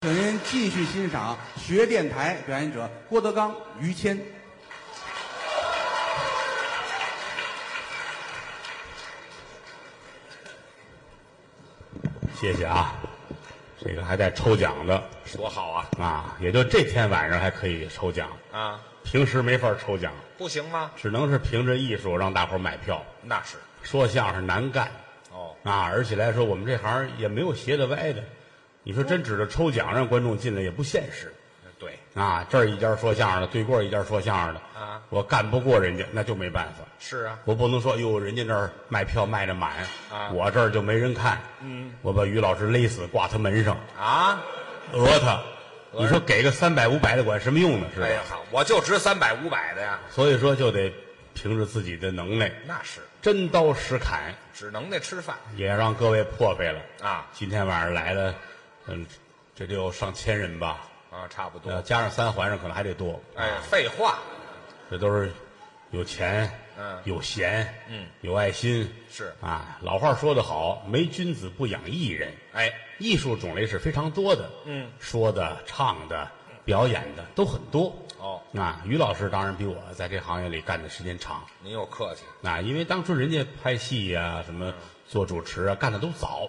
请您继续欣赏学电台表演者郭德纲、于谦。谢谢啊，这个还带抽奖的多好啊！啊，也就这天晚上还可以抽奖，啊，平时没法抽奖，不行吗？只能是凭着艺术让大伙儿买票。那是说相声难干哦，啊，而且来说我们这行也没有斜的歪的，你说真指着抽奖让观众进来也不现实对啊。这儿一家说相声的，对过一家说相声的啊，我干不过人家，那就没办法。是啊，我不能说哟，人家那儿卖票卖的满，啊我这儿就没人看。嗯，我把于老师勒死，挂他门上，啊，讹他。讹你说给个三百五百的管什么用呢？是吧？哎呀，好，我就值三百五百的呀，所以说就得凭着自己的能耐，那是真刀实砍，只能那吃饭也让各位破费了。啊今天晚上来的，嗯，这得有上千人吧，啊，差不呃，多。加上三环上可能还得多。哎，废话，这都是有钱，嗯有闲，嗯，有爱心，是啊。老话说得好，没君子不养艺人。哎，艺术种类是非常多的，嗯，说的、唱的、表演的都很多。哦，啊，于老师当然比我在这行业里干的时间长，您又客气啊，因为当初人家拍戏呀、什么做主持啊，干的都早。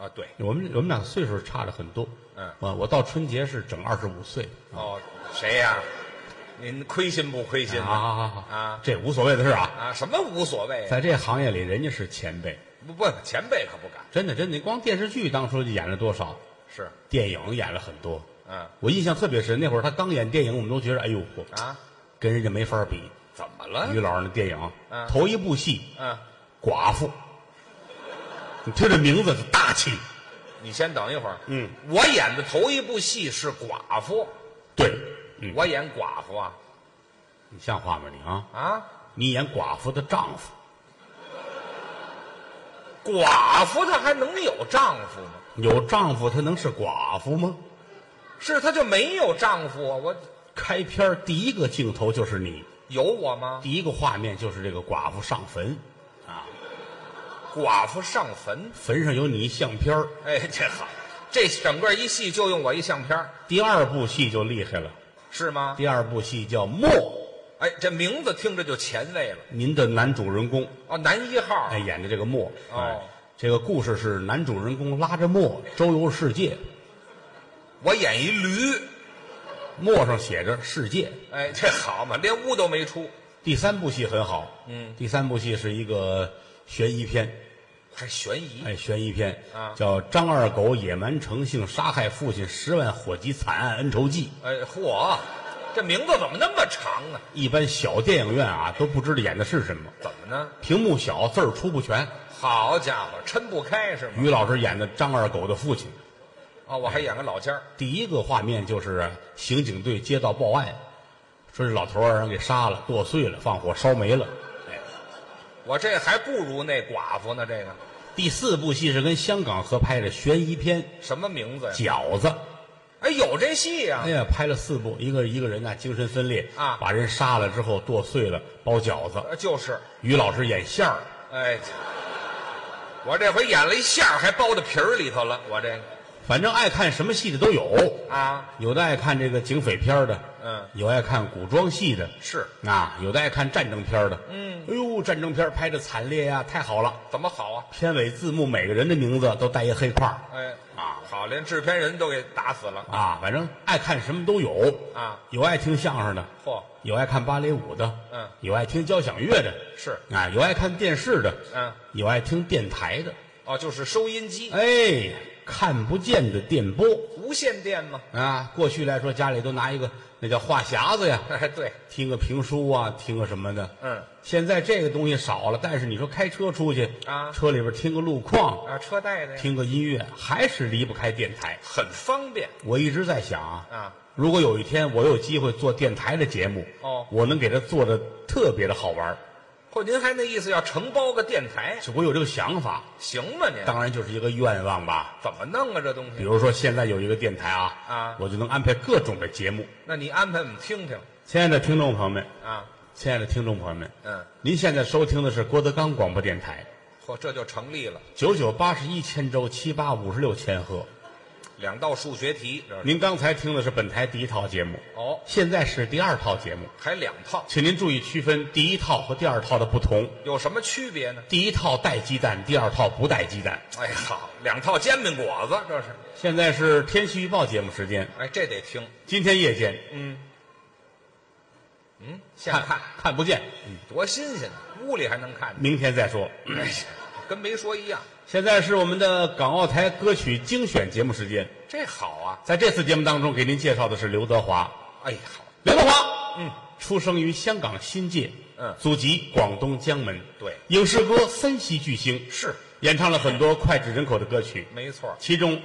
啊，对，我们我们俩岁数差了很多。嗯呃我我到春节是整二十五岁。哦，谁呀？您亏心不亏心啊，啊？好好好啊这无所谓的事啊，啊，什么无所谓啊？在这行业里，人家是前辈，不不，前辈可不敢。真的真的。光电视剧当初就演了多少，是，电影演了很多。嗯我印象特别深，那会儿他刚演电影，我们都觉得哎呦嚯，啊，跟人家没法比。怎么了于？老师那电影，嗯头一部戏嗯， 《寡妇》，你听这名字就大气。你先等一会儿。嗯，我演的头一部戏是寡妇，对，嗯，我演寡妇啊你像话吗你啊？啊。你演寡妇的丈夫，寡妇她还能有丈夫吗？有丈夫她能是寡妇吗？是，她就没有丈夫啊！我开篇儿第一个镜头就是你，有我吗？第一个画面就是这个寡妇上坟，啊，寡妇上坟，坟上有你相片儿哎，这好，这整个一戏就用我一相片儿第二部戏就厉害了，是吗？第二部戏叫《默》，哎，这名字听着就前卫了您的男主人公哦，男一号，哎演的这个默，哦哎，这个故事是男主人公拉着墨周游世界，我演一驴，墨上写着世界。哎，这好嘛，连屋都没出，第三部戏很好，嗯，第三部戏是一个悬疑片，还悬疑，哎，悬疑片啊叫《张二狗野蛮成性，杀害父亲十万火急惨案恩仇记》。哎，嚯，这名字怎么那么长啊？一般小电影院啊都不知道演的是什么，怎么呢？屏幕小，字儿出不全。好家伙，抻不开是吗？于老师演的张二狗的父亲，哦，我还演个老尖儿，第一个画面就是刑警队接到报案，说这老头儿让人给杀了，剁碎了，放火烧没了。我这还不如那寡妇呢，这个第四部戏是跟香港合拍的悬疑片什么名字呀？《饺子》。哎，有这戏呀、哎呀，拍了四部，一个一个人呐、精神分裂啊把人杀了之后剁碎了包饺子。呃，就是，于老师演馅儿，哎，我这回演了一馅儿，还包到皮儿里头了。我这反正爱看什么戏的都有，啊，有的爱看这个警匪片儿的，嗯，有爱看古装戏的，是啊，有的爱看战争片儿的，嗯，哎呦，战争片儿拍的惨烈呀、太好了。怎么好啊？片尾字幕每个人的名字都带一黑块儿哎，啊好，连制片人都给打死了啊，反正爱看什么都有啊。有爱听相声的，嚯，有爱看芭蕾舞的，嗯有爱听交响乐的，是啊，有爱看电视的，嗯，有爱听电台的，哦，就是收音机，哎，看不见的电波无线电吗？ 啊。过去来说，家里都拿一个那叫话匣子呀，哎，对，听个评书啊，听个什么的。嗯，现在这个东西少了，但是你说开车出去啊车里边听个路况，啊，车带的呀，听个音乐，还是离不开电台。很方便我一直在想啊，啊。如果有一天我有机会做电台的节目，哦我能给它做的特别的好玩儿，嚯，您还那意思要承包个电台，就我有这个想法，行吗您？当然就是一个愿望吧。怎么弄啊这东比西？如说现在有一个电台啊，啊我就能安排各种的节目。那你安排我们听听亲爱的听众朋友们，啊，亲爱的听众朋友们，嗯，您现在收听的是郭德纲广播电台嚯，这就成立了，九九八十一千州七八五十六千赫，两道数学题，这是您刚才听的是本台第一套节目，哦，现在是第二套节目，还两套，请您注意区分第一套和第二套的不同。有什么区别呢？第一套带鸡蛋，第二套不带鸡蛋。哎呀，好，两套煎饼果子，这是，现在是天气预报节目时间，哎，这得听，今天夜间嗯，现看看看不见，多新鲜呢，屋里还能看呢，明天再说。哎呀，跟没说一样，现在是我们的港澳台歌曲精选节目时间，这好啊，在这次节目当中，给您介绍的是刘德华。哎，好，刘德华，嗯，出生于香港新界，嗯祖籍广东江门，对影视歌三栖巨星，是演唱了很多脍炙人口的歌曲，没错，其中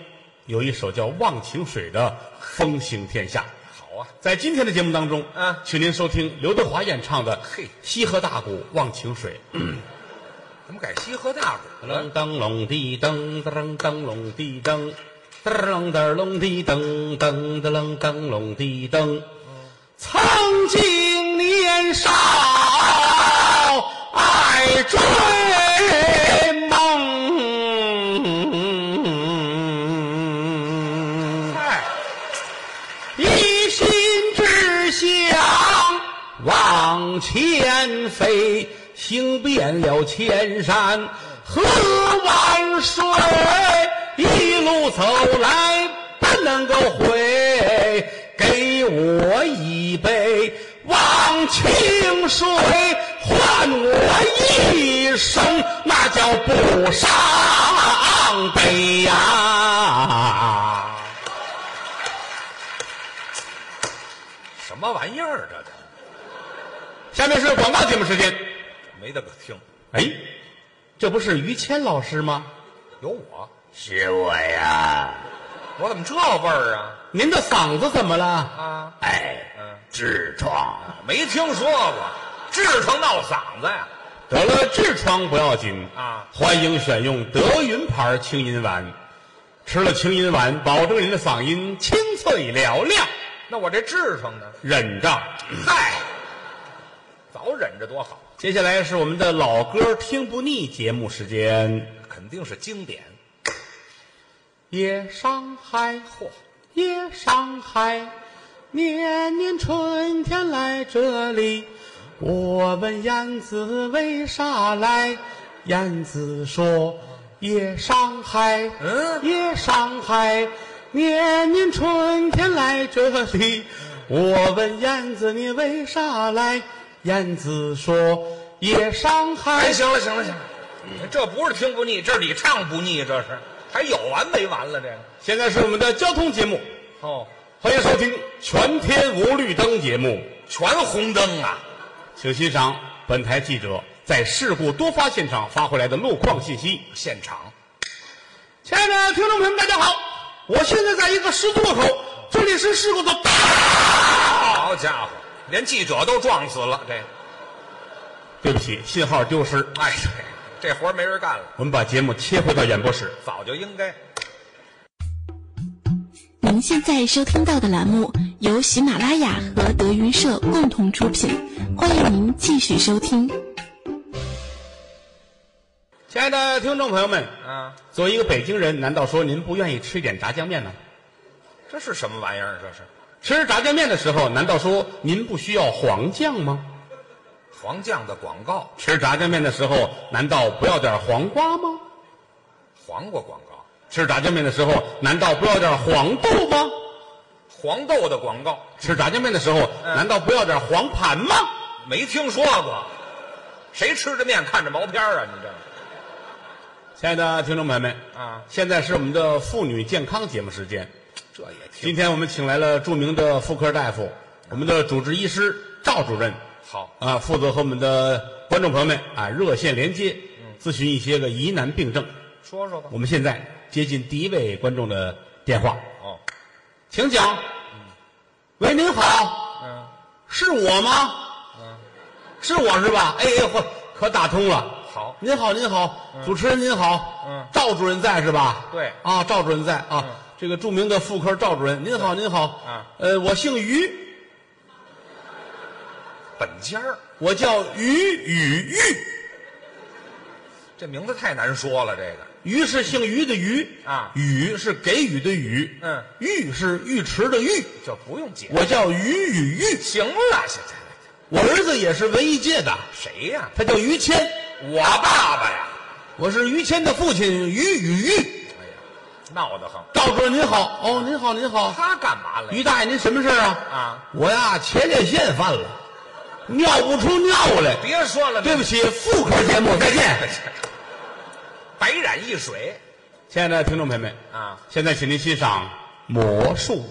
有一首叫《忘情水》的风行天下。好啊，在今天的节目当中，啊请您收听刘德华演唱的嘿《西河大鼓忘情水》。怎么改西河大鼓了？噔噔隆滴噔噔噔隆滴噔，噔噔噔隆滴噔噔噔噔隆滴噔。曾经年少爱追梦，哎，一心只想往前飞，行遍了千山和万水，一路走来不能够回。给我一杯忘情水，换我一生，那叫不伤悲呀、什么玩意儿啊这都下面是广告节目时间。没得个听，哎，这不是于谦老师吗？有我，是我呀。我怎么这味儿啊？您的嗓子怎么了？啊，哎，痔疮。没听说过，痔疮闹嗓子呀？得了痔疮不要紧啊欢迎选用德云牌清音丸，吃了清音丸，保证您的嗓音清脆嘹亮。那我这痔疮呢？忍着，嗨，早忍着多好，接下来是我们的老歌听不腻节目时间。肯定是经典。夜上海，嚯，夜上海，年年春天来这里。我问燕子为啥来，燕子说：夜上海，嗯夜上海，年年春天来这里。我问燕子你为啥来，燕子说：夜上海哎，。行了行了行了，这不是听不腻，这是你唱不腻，这是还有完没完了？这个现在是我们的交通节目，哦，欢迎收听全天无绿灯节目。全红灯啊！请欣赏本台记者在事故多发现场发回来的路况信息。现场亲爱的听众朋友们，大家好，我现在在一个十字路口，这里是事故的。好家伙，连记者都撞死了，这对不起，信号丢失，哎，这这活儿没人干了，我们把节目切回到演播室。早就应该。您现在收听到的栏目由喜马拉雅和德云社共同出品，欢迎您继续收听。亲爱的听众朋友们，啊，作为一个北京人，难道说您不愿意吃一点炸酱面吗？这是什么玩意儿？这是吃炸酱面的时候，难道说您不需要黄酱吗？黄酱的广告，吃炸酱面的时候，难道不要点黄瓜吗？黄瓜广告，吃炸酱面的时候，难道不要点黄豆吗？黄豆的广告，吃炸酱面的时候，难道不要点黄盘吗？没听说过。谁吃着面看着毛片儿啊？你这亲爱的听众朋友们，啊，现在是我们的妇女健康节目时间。这也听今天我们请来了著名的妇科大夫，我们的主治医师赵主任，好啊，负责和我们的观众朋友们啊热线连接，咨询一些个疑难病症。说说吧我。们现在接近第一位观众的电话，哦，请讲。喂，您好，嗯，是我吗？是我是吧？哎哎，嚯，可打通了。好，您好，您好，主持人您好，嗯赵主任在是吧？对啊，赵主任在啊嗯，这个著名的妇科赵主任，您好，您好，啊，呃，我姓于，本家儿我叫于雨玉，这名字太难说了，这个于是姓于的于啊予是给予的予，嗯浴是浴池的浴。就不用解释。我叫于与玉，行了，现在我儿子也是文艺界的，谁呀、他叫于谦，我爸爸呀！我是于谦的父亲于与玉。哎呀，闹得很。赵主任您好，哦，您好，您好，他干嘛来？于大爷您什么事儿啊？啊，我呀前列腺犯了，尿不出尿来。别说了，对不起，妇科节目再见。白染一水亲爱的听众朋友们，啊，现在请您欣赏魔术。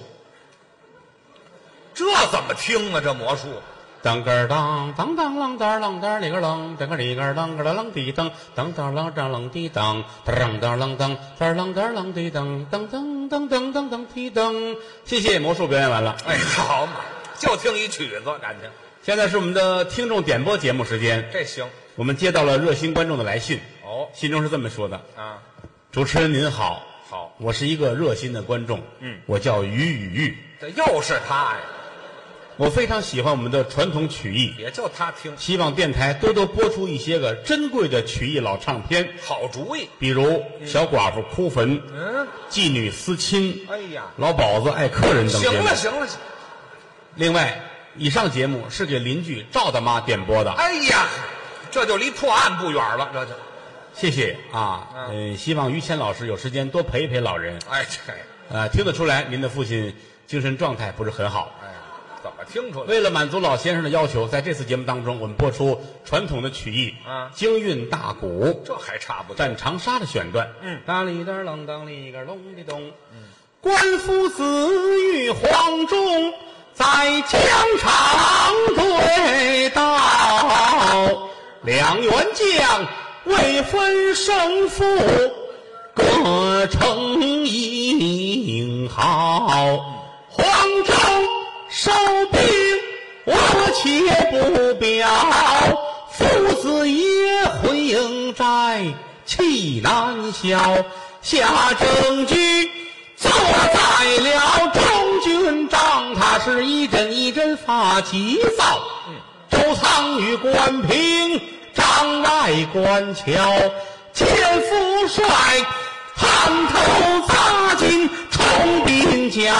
这怎么听啊？这魔术当个儿当当当啷当啷当里个啷，当个里个啷个啷滴当，当当啷当啷滴当，当当啷当当啷当啷滴当，当当当当当当滴当。谢谢，魔术表演完了。哎，好嘛，就听一曲子，感情现在是我们的听众点播节目时间，这行我们接到了热心观众的来信，哦信中是这么说的：啊。主持人您好，好我是一个热心的观众，嗯我叫于雨玉，这又是他呀，我非常喜欢我们的传统曲艺，也就他听希望电台多多播出一些个珍贵的曲艺老唱片，好主意。比如小寡妇哭坟、嗯，妓女思亲、哎呀，老鸨子爱客人等节行目了。行了，行另外，以上节目是给邻居赵大妈点播的，哎呀，这就离破案不远了，这就谢谢啊。嗯嗯，希望于谦老师有时间多陪陪老人。哎这呃，听得出来您的父亲精神状态不是很好。哎呀，怎么听出来？为了满足老先生的要求，在这次节目当中，我们播出传统的曲艺啊京韵大鼓。这还差不多。战长沙的选段，嗯当里当啷当里个隆的咚，官夫子与黄忠在疆场对道，两员将未分胜负，各逞英豪。黄忠收兵，我且不表，父子爷回营寨，气难消。下正局坐在了中军帐，他是一阵一阵发急躁。周仓与关平帐外观瞧，见父帅探头扎进冲鬓角，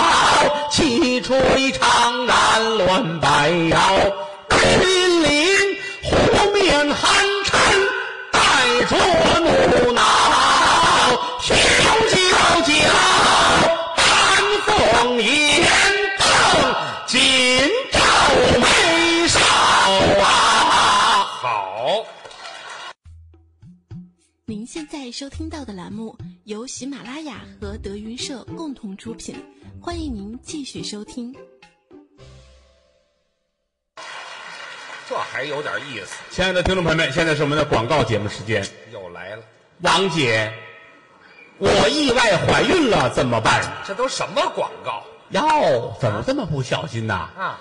气吹长髯乱摆摇，金陵湖面寒蝉带着怒恼，小九九丹凤眼瞪紧皱眉梢啊。好，您现在收听到的栏目由喜马拉雅和德云社共同出品，欢迎您继续收听。这还有点意思，亲爱的听众朋友们，现在是我们的广告节目时间。又来了，王姐，我意外怀孕了，怎么办？这都什么广告哟，怎么这么不小心呐、啊？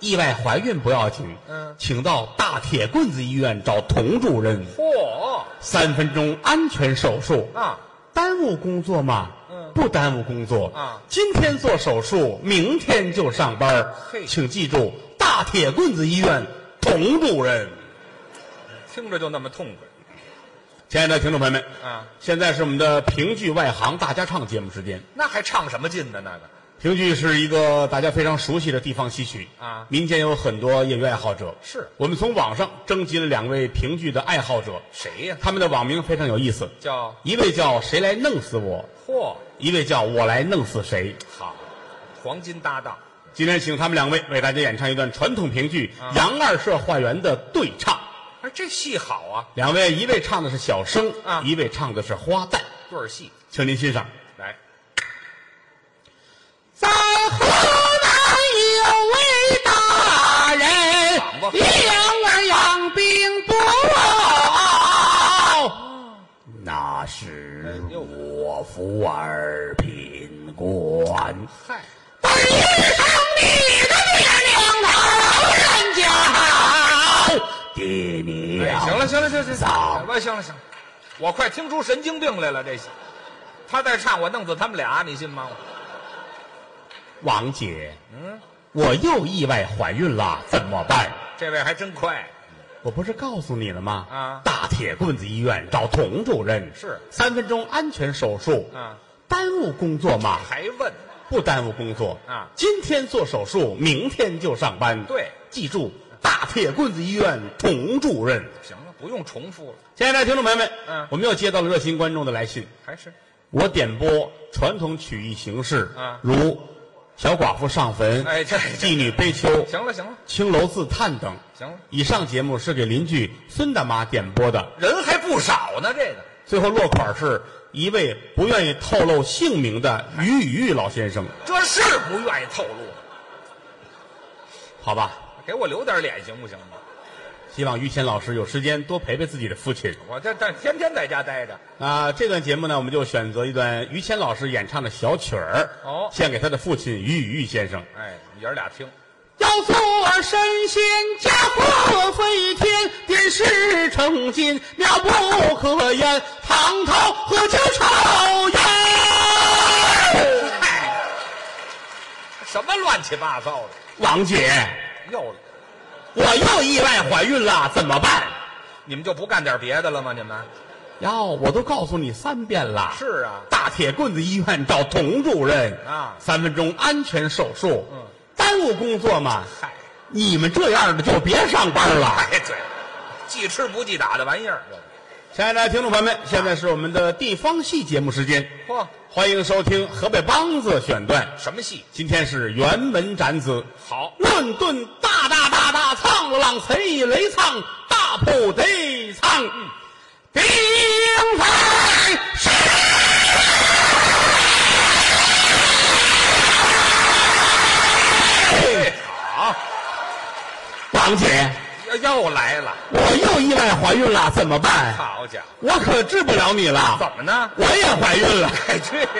意外怀孕不要紧，嗯请到大铁棍子医院找童主任，嚯三分钟安全手术。啊！耽误工作吗？嗯不耽误工作啊今天做手术，明天就上班儿嘿请记住，大铁棍子医院童主任。听着就那么痛快亲爱的听众朋友们，啊！现在是我们的评剧外行大家唱节目时间。那还唱什么劲呢？那个评剧是一个大家非常熟悉的地方戏曲啊民间有很多业余爱好者。是我们从网上征集了两位评剧的爱好者，谁呀、他们的网名非常有意思，叫一位叫“谁来弄死我嚯”，一位叫“我来弄死谁好，黄金搭档。”。今天请他们两位为大家演唱一段传统评剧啊《杨二社化缘》的对唱。哎，这戏好啊，两位，一位唱的是小生，啊一位唱的是花旦，对儿戏请您欣赏。来。在河南有位大人绑吧，养儿养病不老。那是哎呦我福尔品官，嗨，本是上你的爹娘老人家，爹哎，娘。行了，行了，行行行，早哎行了行了，我快听出神经病来了。这戏，他再唱我弄死他们俩，你信吗？王姐，嗯，我又意外怀孕了，怎么办？这位还真快，我不是告诉你了吗？啊大铁棍子医院找童主任是三分钟安全手术啊，耽误工作吗？还问不耽误工作啊今天做手术，明天就上班。对记住，大铁棍子医院童主任。行了，不用重复了，亲爱的听众朋友们，嗯我们又接到了热心观众的来信，还是我点播传统曲艺形式，啊如小寡妇上坟，哎这妓女悲秋，行了行了青楼自叹等。行了，以上节目是给邻居孙大妈点播的，人还不少呢，这个最后落款是一位不愿意透露姓名的于宇玉老先生，这是不愿意透露的，好吧？给我留点脸行不行吗？希望于谦老师有时间多陪陪自己的父亲。我这但天天在家待着，啊、这段节目呢，我们就选择一段于谦老师演唱的小曲儿，哦献给他的父亲于宇玉先生。哎，你爷儿俩听，要做神仙，驾鹤飞天，点石成金，妙不可言。唐朝何家朝呀？嗨，什么乱七八糟的，王姐，又，我又意外怀孕了，怎么办？你们就不干点别的了吗？你们哟，我都告诉你三遍了。是啊，大铁棍子医院找童主任啊三分钟安全手术，嗯，耽误工作嘛。嗨，你们这样的就别上班了。哎对，记吃不记打的玩意儿，这亲爱的听众朋友们，现在是我们的地方戏节目时间，个嚯，欢迎收听河北梆子选段。什么戏？今天是辕门斩子，好，乱炖大大大大苍了浪贼雷苍大铺贼苍，顶财神。哎，好，王姐，又又来了，我又意外怀孕了，怎么办？好家伙，我可治不了你了。怎么呢？我也怀孕了。哎，对了。